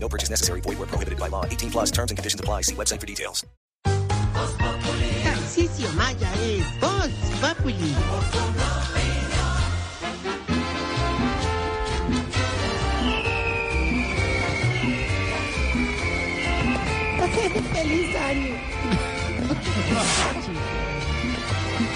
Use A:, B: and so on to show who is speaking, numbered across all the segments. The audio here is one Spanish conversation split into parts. A: No purchase necessary. Void where prohibited by law. 18 plus terms and conditions apply. See website for details.
B: Tarcisio Maya es Voz Populi. ¡Feliz año!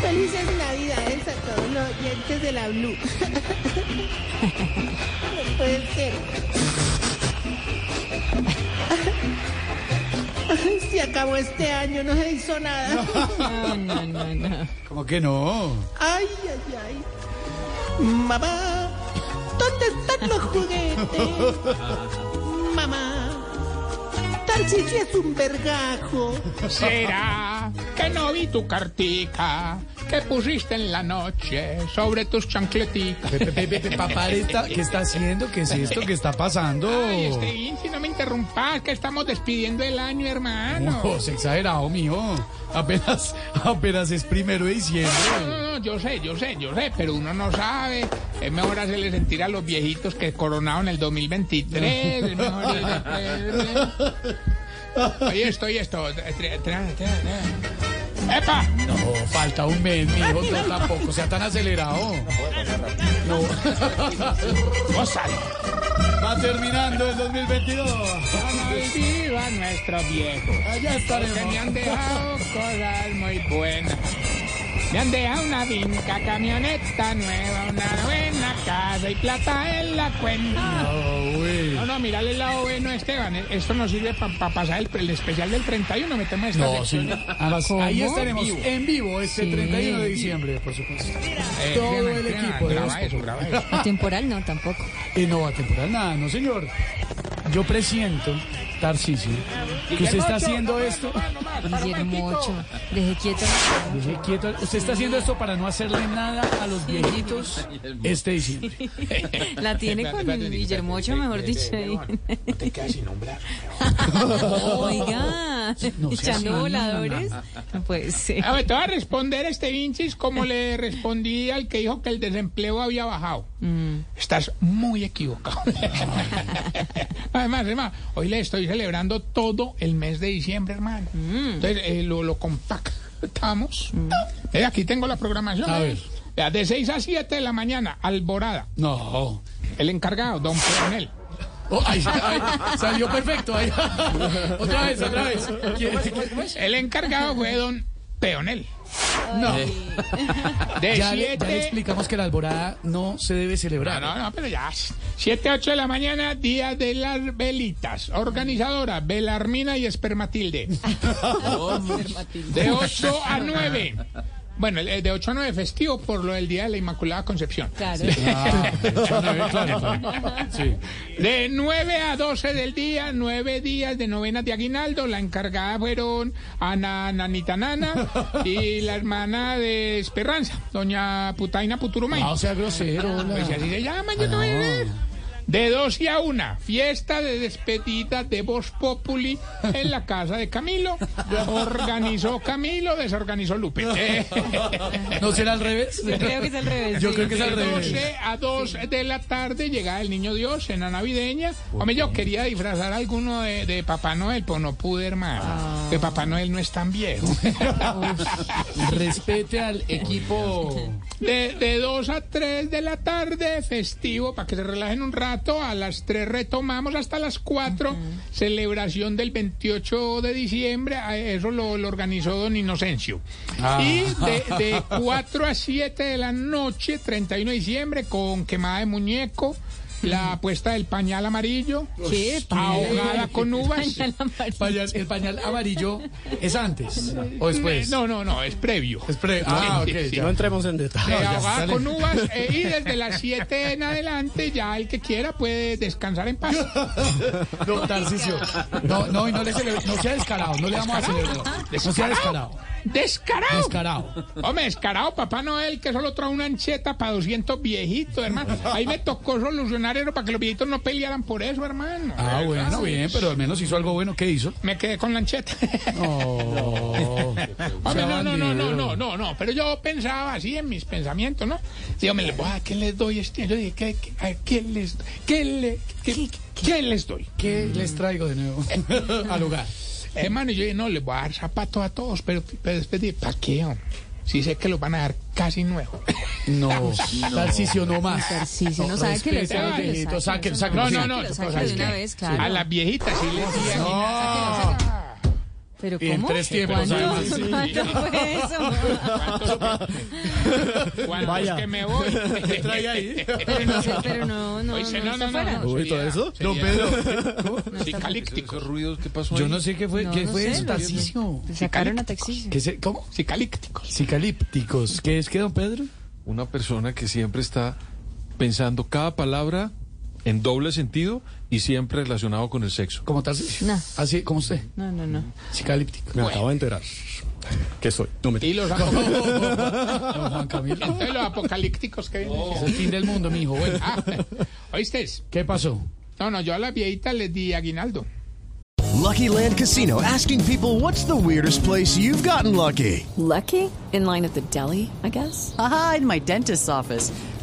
B: ¡Felices Navidades a todos los oyentes de la Blue! Pues No puede ser. Se acabó este año, no se hizo nada.
C: ¿Cómo que no?
B: Ay, ay, ay. Mamá, ¿dónde están los juguetes? Mamá, Tarcisio es un vergajo.
D: ¿Será que no vi tu cartica que pusiste en la noche sobre tus chancleticas?
C: Pepe, Pepe, Pepe, papá, ¿está- ¿qué está haciendo? ¿Qué es esto que está pasando?
D: Ay, Esteban, si no me interrumpas, que estamos despidiendo el año, hermano.
C: No, se exagerado, mijo. Apenas, apenas es primero de
D: No,
C: diciembre.
D: no, no, yo sé, yo sé, yo sé, pero uno no sabe. Es mejor hacerle sentir a los viejitos que coronaron el 2023. es mejor Oye, esto, oye, esto. tra- tra- tra- ¡Epa!
C: No, falta un mes, mijo. No, tampoco sea tan acelerado.
D: ¡Gózalo!
C: Va terminando el 2022.
D: Vamos, ¡Viva nuestro viejo!
C: Allá
D: Que me han
C: estaremos.
D: dejado cosas muy buenas. Me han dejado una vinca, camioneta nueva, una buena casa y plata en la cuenta.
C: Oh, uy.
D: No, no, mirale el lado bueno, Esteban. eh, Esto nos sirve para pasar el, el especial del 31. Metemos esta
C: No, sí.
D: sección.
C: Además, ahí
D: Ah, ¿Cómo?
C: estaremos
D: Vivo.
C: en vivo este
E: Sí.
C: 31 de diciembre, por supuesto.
D: Eh,
C: todo
D: Esteban,
C: el
D: Esteban,
C: equipo de
D: Graba
C: Voz
D: eso, graba eso.
E: Temporal no, tampoco.
C: Y Eh, no va a temporal nada, no señor. Yo presiento, Tarcisio, que usted está haciendo esto.
E: Hicieron mucho. Dejé quieto.
C: Dije, quieto, usted está haciendo esto para no hacerle nada a los viejitos este diciembre.
E: La tiene con Guillermo Ochoa, mejor dicho. ahí.
D: No te quedas sin nombrar.
C: no
E: Oiga,
C: sea así,
E: echando voladores. Pues sí.
D: A ver, te voy a responder a este Vincis como le respondí al que dijo que el desempleo había bajado.
C: Mm.
D: Estás muy equivocado. además, además, hoy le estoy celebrando todo el mes de diciembre, hermano.
C: Mm.
D: Entonces, eh, lo, lo compactamos. Eh, aquí tengo la programación.
C: A
D: eh.
C: ver.
D: Vea, De 6 a 7 de la mañana, Alborada,
C: No.
D: el encargado, don Coronel.
C: Oh, ay, ay, salió perfecto. ay. Otra vez, otra vez.
E: Pues,
D: El encargado fue don Peonel.
C: No.
E: pues,
D: De
C: Ya le, ya le
D: 7
C: explicamos que la alborada no se debe
D: No,
C: celebrar.
D: no, no, pero ya. 7, 8 de la mañana, Día de las Velitas. Organizadora, Belarmina y Espermatilde. de 8 a 9. Bueno, el- el de 8 a 9 festivo por lo del Día de la Inmaculada Concepción.
E: Claro.
C: Ah, claro, claro. Sí.
D: De 9 a 12 del día, 9 días de novenas de aguinaldo. La encargada fueron Ana Nanita Nana y la hermana de Esperanza, doña Putaina Puturumay.
C: No Ah, sea grosero. hola.
D: Pues si así se llaman, yo te voy a decir. De 12 a 1, fiesta de despedida de Voz Populi en la casa de Camilo. Organizó Camilo, desorganizó Lupe. Eh,
C: ¿No será al revés?
E: Yo creo que es al revés.
C: Yo
E: sí.
C: creo que es
D: De
C: al revés.
D: 12 a 2 de la tarde llegaba el niño Dios, cena navideña. Hombre, yo quería disfrazar a alguno de, de Papá Noel, pues no pude, hermano. Que Papá Noel no es tan viejo.
C: Respete al equipo.
D: De, de 2 a 3 de la tarde, festivo, para que se relajen un rato. A las 3 retomamos hasta las 4, celebración del 28 de diciembre. a Eso lo, lo organizó don Inocencio.
E: Ah.
D: Y de, de 4 a 7 de la noche, 31 de diciembre, con quemada de muñeco. la apuesta del pañal amarillo,
E: ¿Qué?
D: ahogada con uvas.
E: Mm. Pañal amarillo.
C: Pañal- el pañal amarillo es antes o
D: Eh,
C: después.
D: No, no, no,
E: Pues,
D: es previo.
C: Es pre- ah,
D: Sí,
C: ok,
D: sí.
C: ya.
F: No entremos en
D: Eh,
F: detalles.
D: ahogada
C: sale.
D: con uvas eh, y desde las 7 en adelante ya el que quiera puede descansar en paz.
C: No, Tarcicio. No, no, y no, le cele- no sea descarado, no le vamos a celebrar. No sea descarado.
D: Descarado.
C: Descarado.
D: Hombre, descarado, Papá Noel, que solo trae una ancheta para 200 viejitos, hermano. Ahí me tocó solucionar eso para que los viejitos no pelearan por eso, hermano.
C: Ah, bueno, bien, pero al menos hizo algo bueno. ¿Qué hizo?
D: Me quedé con la ancheta.
C: Oh,
D: Hombre, no, no, no, no,
C: bandido.
D: no, no, no. Pero yo pensaba así en mis pensamientos, ¿no? Digo, me le voy a ¿qué les doy este? Yo dije, ¿qué, qué- a qué les, qué, le, qué, qué les doy?
C: ¿Qué les traigo de nuevo al hogar?
D: Hermano, yo dije, no, les voy a dar zapatos a todos, pero, pero después dije, ¿para qué? hombre? Si sé que los van a dar casi nuevos.
C: No, Tarcicio, no más.
E: Tarcicio, no sabe que le
C: respete
D: sabe
C: al
D: que le
C: viejito,
E: sabe que
C: sáquelo, sáquelo,
E: le
D: No,
C: sí.
D: no, no.
E: Lo
D: tú
E: saca
D: sabes
E: de una
D: que
E: vez, claro.
D: A las viejitas sí les di a-
E: Pero
C: Y
E: ¿cómo?
C: en tres tiempos,
E: ¿Cuándo?
C: además, sí.
E: ¿Cuándo fue eso?
D: Cuando
F: Vaya.
D: es que me voy.
C: ¿Qué trae ahí?
E: Pero no, sé, pero no, no,
D: Oye,
E: no,
D: no,
E: está
D: no,
E: fuera.
D: no, no.
F: Uy, ¿todo
D: Sería-
F: eso?
D: sería-
C: Pedro.
D: Cicalíctico.
G: ruidos, ¿qué pasó
C: Yo no sé qué fue,
E: No,
C: qué
E: no
C: fue
E: sé,
C: eso,
E: lo-
C: Tarcicio.
E: Sacaron a Tarcicio.
C: ¿Qué se- ¿Cómo?
D: Cicalícticos.
C: Psicalípticos. ¿Qué es que don Pedro?
G: Una persona que siempre está pensando cada palabra en doble sentido y siempre relacionado con el sexo.
C: ¿Como Tarcicio?
E: No.
C: Así, como usted.
E: No, no, no.
C: Psicalíptico.
F: Me acabo de enterar. ¿Qué soy? No me
D: Y los apo-
C: Don Juan Camilo.
D: entonces los apocalípticos que vienen.
C: Es el fin del mundo, mijo. Bueno,
D: Ah, ¿Oíste?
C: ¿qué pasó?
D: No, no, yo a las viejitas les di aguinaldo.
H: Lucky Land Casino asking people what's the weirdest place you've gotten lucky?
I: Lucky? In line at the deli, I guess?
J: Aha, in my dentist's office.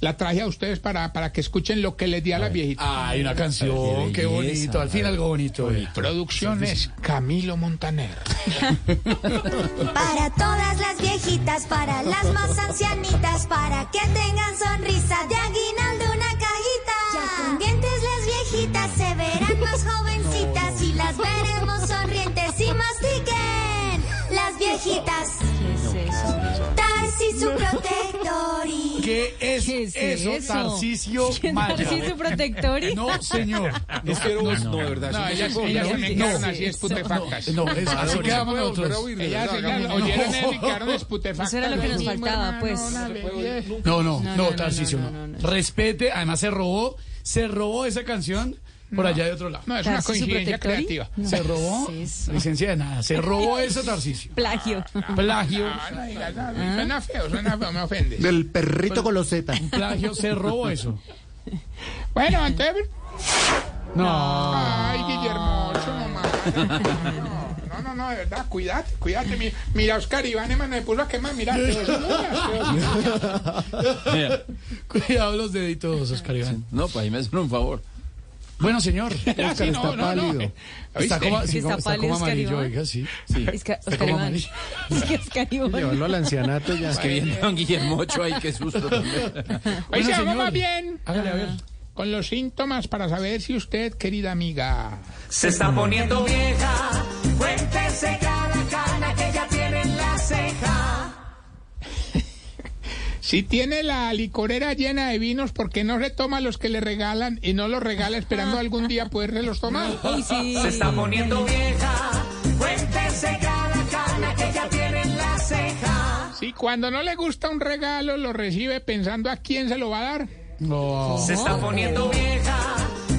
D: la traje a ustedes para, para que escuchen lo que les di a las viejitas.
C: Ay, una canción, qué bonito. Al fin algo bonito.
D: Producciones Camilo Montaner.
J: Para todas las viejitas, para las más ancianitas, para que tengan sonrisa de aguinaldo una cajita. Ya con dientes las viejitas se verán más jovencitas y las veremos sonrientes y mastiquen las viejitas.
E: ¿Qué es eso?
J: Tarsi su protector y...
C: ¿Qué es,
E: ¿Qué es
C: eso,
E: eso?
C: Tarcicio
E: ¿Qué
C: Maya?
E: Tarcicio Protectori?
C: No, señor.
G: No quiero, no, de verdad.
D: No, ellas,
G: no,
D: ellas se me
E: no,
D: quedaron
E: sí,
D: así
E: sí.
D: estupefactas.
C: No, es, así quedamos nosotros.
D: Ellas, ellas
C: no.
D: oyeron eso y quedaron estupefactas.
E: Eso era lo que nos
D: Mismo,
E: faltaba,
D: hermano,
E: pues.
D: una belleza.
C: No, no, no,
E: no, no,
C: Tarcicio, no,
E: no, no, no.
C: Respete, además se robó, se robó esa canción por allá de otro lado.
D: No, es una
E: ¿Tarsi su
D: coincidencia
E: protectori?
D: creativa.
C: Se robó,
E: es eso?
C: licencia de nada, se robó eso, Tarcicio.
E: Plagio.
C: Plagio,
D: Ah, no digas nada, Suena feo, suena feo, me ofende.
F: Del perrito con los Z.
C: plagio, se robó eso.
D: Bueno, entonces.
C: No,
D: Ay, Guillermo, ocho, mamá. No, no, no, no, de verdad, cuídate, cuídate. Mi- Mira, Oscar Iván, hermano, me puso a quemar. Mira, te dos uñas, te dos uñas.
C: cuidado los deditos, Oscar Iván.
G: no, pues ahí me hacen un favor.
C: Bueno, señor,
D: Sí, no, no, no.
C: está
D: ¿Oíste?
C: como, sí,
E: Está
C: como- está como
E: pálido, Oscar
C: amarillo,
E: Iván.
C: oiga, sí.
E: Es que Oscar
C: como
E: Iván.
C: amarillo.
E: Es que Oscar Iván.
F: Llevarlo al ancianato ya.
G: Que viene don Guillermo Ochoa, ay, qué susto.
D: Oye,
C: Bueno,
D: vamos
C: señor.
D: más bien
C: Hágale, a ver.
D: con los síntomas para saber si usted, querida amiga.
J: Se está poniendo vieja, cuéntese cada cana que ya tiene en la ceja.
D: Si tiene la licorera llena de vinos, ¿por qué no retoma los que le regalan y no los regala esperando algún día poderlos tomar?
E: Uy, sí.
J: poniendo vieja, cuéntese cada cana que ya tiene en la ceja.
D: Si cuando no le gusta un regalo, lo recibe pensando a quién se lo va a dar.
C: No,
J: Se está poniendo vieja,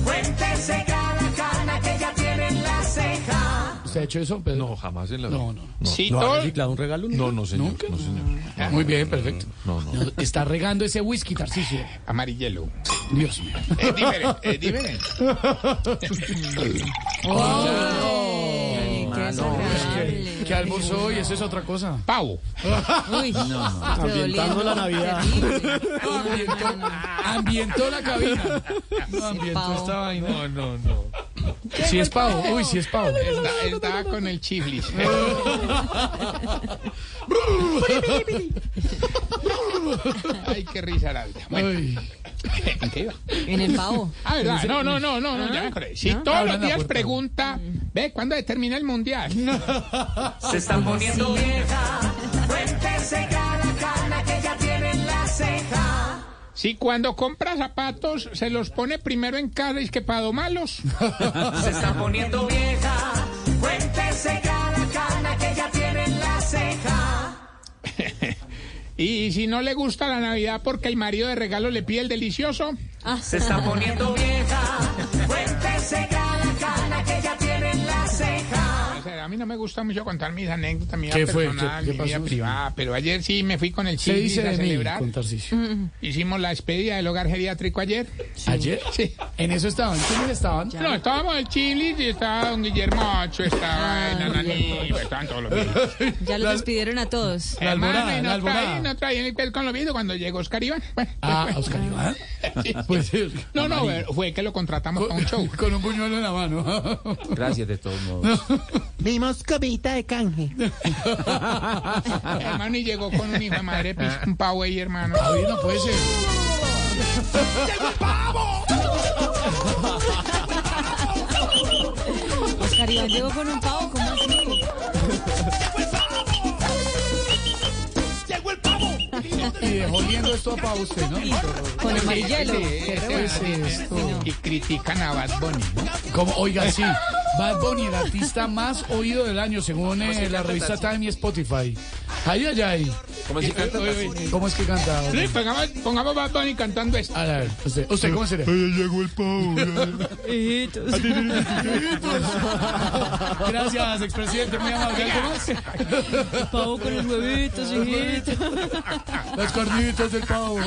J: cuéntese cada cana que ya tiene en la ceja.
C: ¿usted ha hecho eso, Pues, Pedro?
G: No, jamás en la vida.
C: No, no.
D: Si
F: ¿No ha
D: todo-
F: reciclado un regalo?
G: No, no, señor.
C: ¿Nunca?
G: No, señor.
C: Muy bien, perfecto.
G: No, no.
C: No, Está regando ese whisky, Tarcicio.
D: Amarillelo.
C: Dios mío.
D: Es diferente, es diferente.
E: Ay, qué desagradable.
C: ¿Qué almuerzo hoy? Eso es otra cosa.
D: Pavo.
E: Uy,
F: Ambientando la Navidad.
C: Ambientó, ambientó la cabina. No, ambientó
E: pavo.
C: esta vaina.
G: No, no, no.
C: Si es pavo, uy, si es pavo.
D: Está- estaba con el chiflis. Ay, qué risa alta. ¿En qué iba?
E: En el pavo.
D: Ah, ¿verdad? No, no, no, no, no, ya me acordé. Si todos
C: Abran
D: los
C: la
D: días
C: puerta.
D: pregunta, ve, ¿cuándo determina el mundial?
K: Se están poniendo vieja. Cuéntese cada cana que ya tiene en la ceja.
D: Si cuando compra zapatos se los pone primero en casa y es que para malos.
K: Se están poniendo vieja. Cuéntese cada cana que ya tiene en la ceja.
D: Y si no le gusta la Navidad porque el marido de regalo le pide el delicioso.
K: Ah, Se está poniendo vieja. Cuéntese cada cana que ya tiene en la ceja.
D: O sea, a mí no me gusta mucho contar mis anécdotas, mi vida
C: ¿Qué fue?
D: personal,
C: ¿Qué- qué
D: mi vida
C: pasó?
D: privada, pero ayer sí me fui con el
C: Se
D: Chiblis
C: dice
D: a
C: de mí
D: celebrar.
C: con Tarcisio.
D: Hicimos la despedida del hogar geriátrico ayer.
C: ¿Ayer?
D: Sí.
C: En eso estaban. ¿Quiénes estaban?
D: No, estábamos el Chiblis y estaba don Guillermo Ocho, estaba el Ananí, estaban todos los viejitos.
E: Ya los despidieron a todos.
C: La
D: Hermano,
C: alborada,
D: y
C: la
D: no
C: alborada.
D: traía, no traía ni piel con los viejitos cuando llegó Oscar Iván. Bueno,
C: Ah, a Oscar Iván. Pues, sí,
D: no, no, fue que lo contratamos para un show.
C: Con un puñuelo en la mano.
L: Gracias de todos modos.
B: Vimos comidita de canje.
D: hermano, y llegó con un hijo de madre, pues,
C: Ah.
D: un pavo ahí, hermano.
C: Ay, Ah, no puede ser.
E: Oscar Iván llegó con un pavo, ¿cómo así?
C: Y dejó oliendo esto para usted, ¿no?
E: Con amarillelo.
D: Sí,
E: Qué
D: ese
E: revuelo.
D: sí, ese Y critican a Bad Bunny.
C: Como, oiga, sí. Bad Bunny, el artista más oído del año, según eh, la revista Time y Spotify. Ay, ay, ay.
L: ¿Cómo es que canta?
C: ¿Cómo es que canta?
D: Sí, pongamos, pongamos Bad Bunny cantando esto.
C: A ver, usted, usted, ¿cómo sería?
D: llegó el pavo.
C: Gracias, expresidente, muy amable. ¿Algo más?
E: Pavo con los huevitos, hijito.
C: Las cornitas del pavo.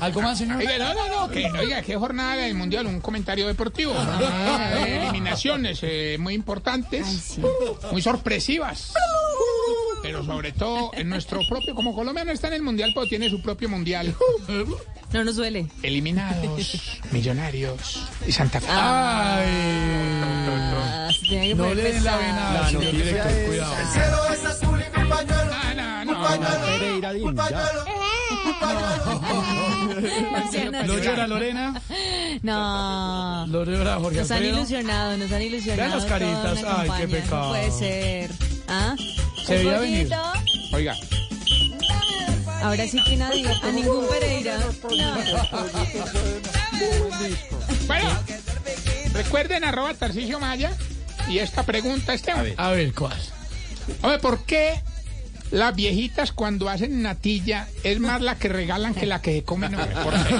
C: ¿Algo más, señor?
D: Oiga, no, no, no, que, oiga, qué jornada del Mundial, un comentario deportivo. Eh, eliminaciones eh, muy importantes, muy sorpresivas. Pero sobre todo en nuestro propio, como Colombia no está en el Mundial, pero tiene su propio Mundial.
E: No nos duele.
D: Eliminados, Millonarios y Santa Fe.
C: Ah. Ay.
E: Ah, se tenía que
C: No
E: poner
C: le den la
E: pesado.
C: vena, señor director, cuidado.
K: El cielo es azul y mi pañuelo.
D: Ah, No, no, no.
K: Un pañuelo. Un
E: Marciana,
C: ¿Lo
E: sí.
C: llora Lorena?
E: No.
C: ¿Lo llora Jorge
E: Nos han
C: Alfredo?
E: ilusionado, nos han ilusionado.
C: Vean las caritas,
E: toda
C: ay,
E: una
C: qué
E: campaña,
C: pecado.
E: No puede ser. ¿Ah?
C: Se
E: Un
C: veía venir.
E: poquito.
D: Oiga,
E: Ahora sí que nadie, a ningún Pereira.
D: bueno, recuerden arroba Tarcicio Maya y esta pregunta, Esteban.
C: A ver, ¿cuál?
D: Oye, ¿por qué las viejitas cuando hacen natilla es más la que regalan que la que se comen? Hombre, ¿Por qué?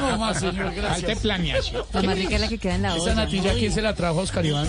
C: No más, señor,
D: Falta de
C: gracias.
D: planeación.
E: La más rica es la que queda en la
C: ¿Esa
E: olla.
C: natilla quién se la trajo a Oscar Iván?